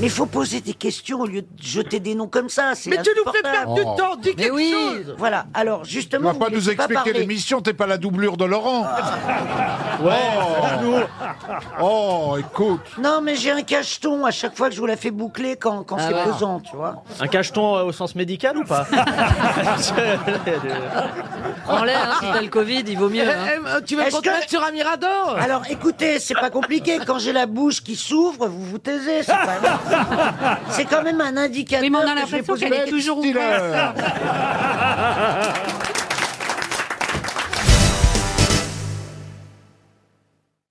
Mais faut poser des questions au lieu de jeter des noms comme ça. c'est Mais tu nous fais insupportable. perdre du temps, dis Oh. Mais quelque oui. chose. Voilà. Alors Tu justement, vas pas vous nous laissez expliquer parler. l'émission, t'es pas la doublure de Laurent. Ah. Ouais. Oh, écoute. Non, mais j'ai un cacheton à chaque fois que je vous la fais boucler quand, Ah quand c'est ouais. pesant, tu vois. Un cacheton euh, au sens médical ou pas Prends-les, hein, si t'as le Covid, il vaut mieux. hein. Eh, eh, tu veux Est-ce qu'on te que- Ah, mette sur un mirador Alors écoutez, c'est pas compliqué. Quand j'ai la bouche qui s'ouvre, vous vous taisez. C'est pas grave. C'est quand même un indicateur. Oui, mais on a que je vais l'impression poser qu'elle est la- toujours Stiller.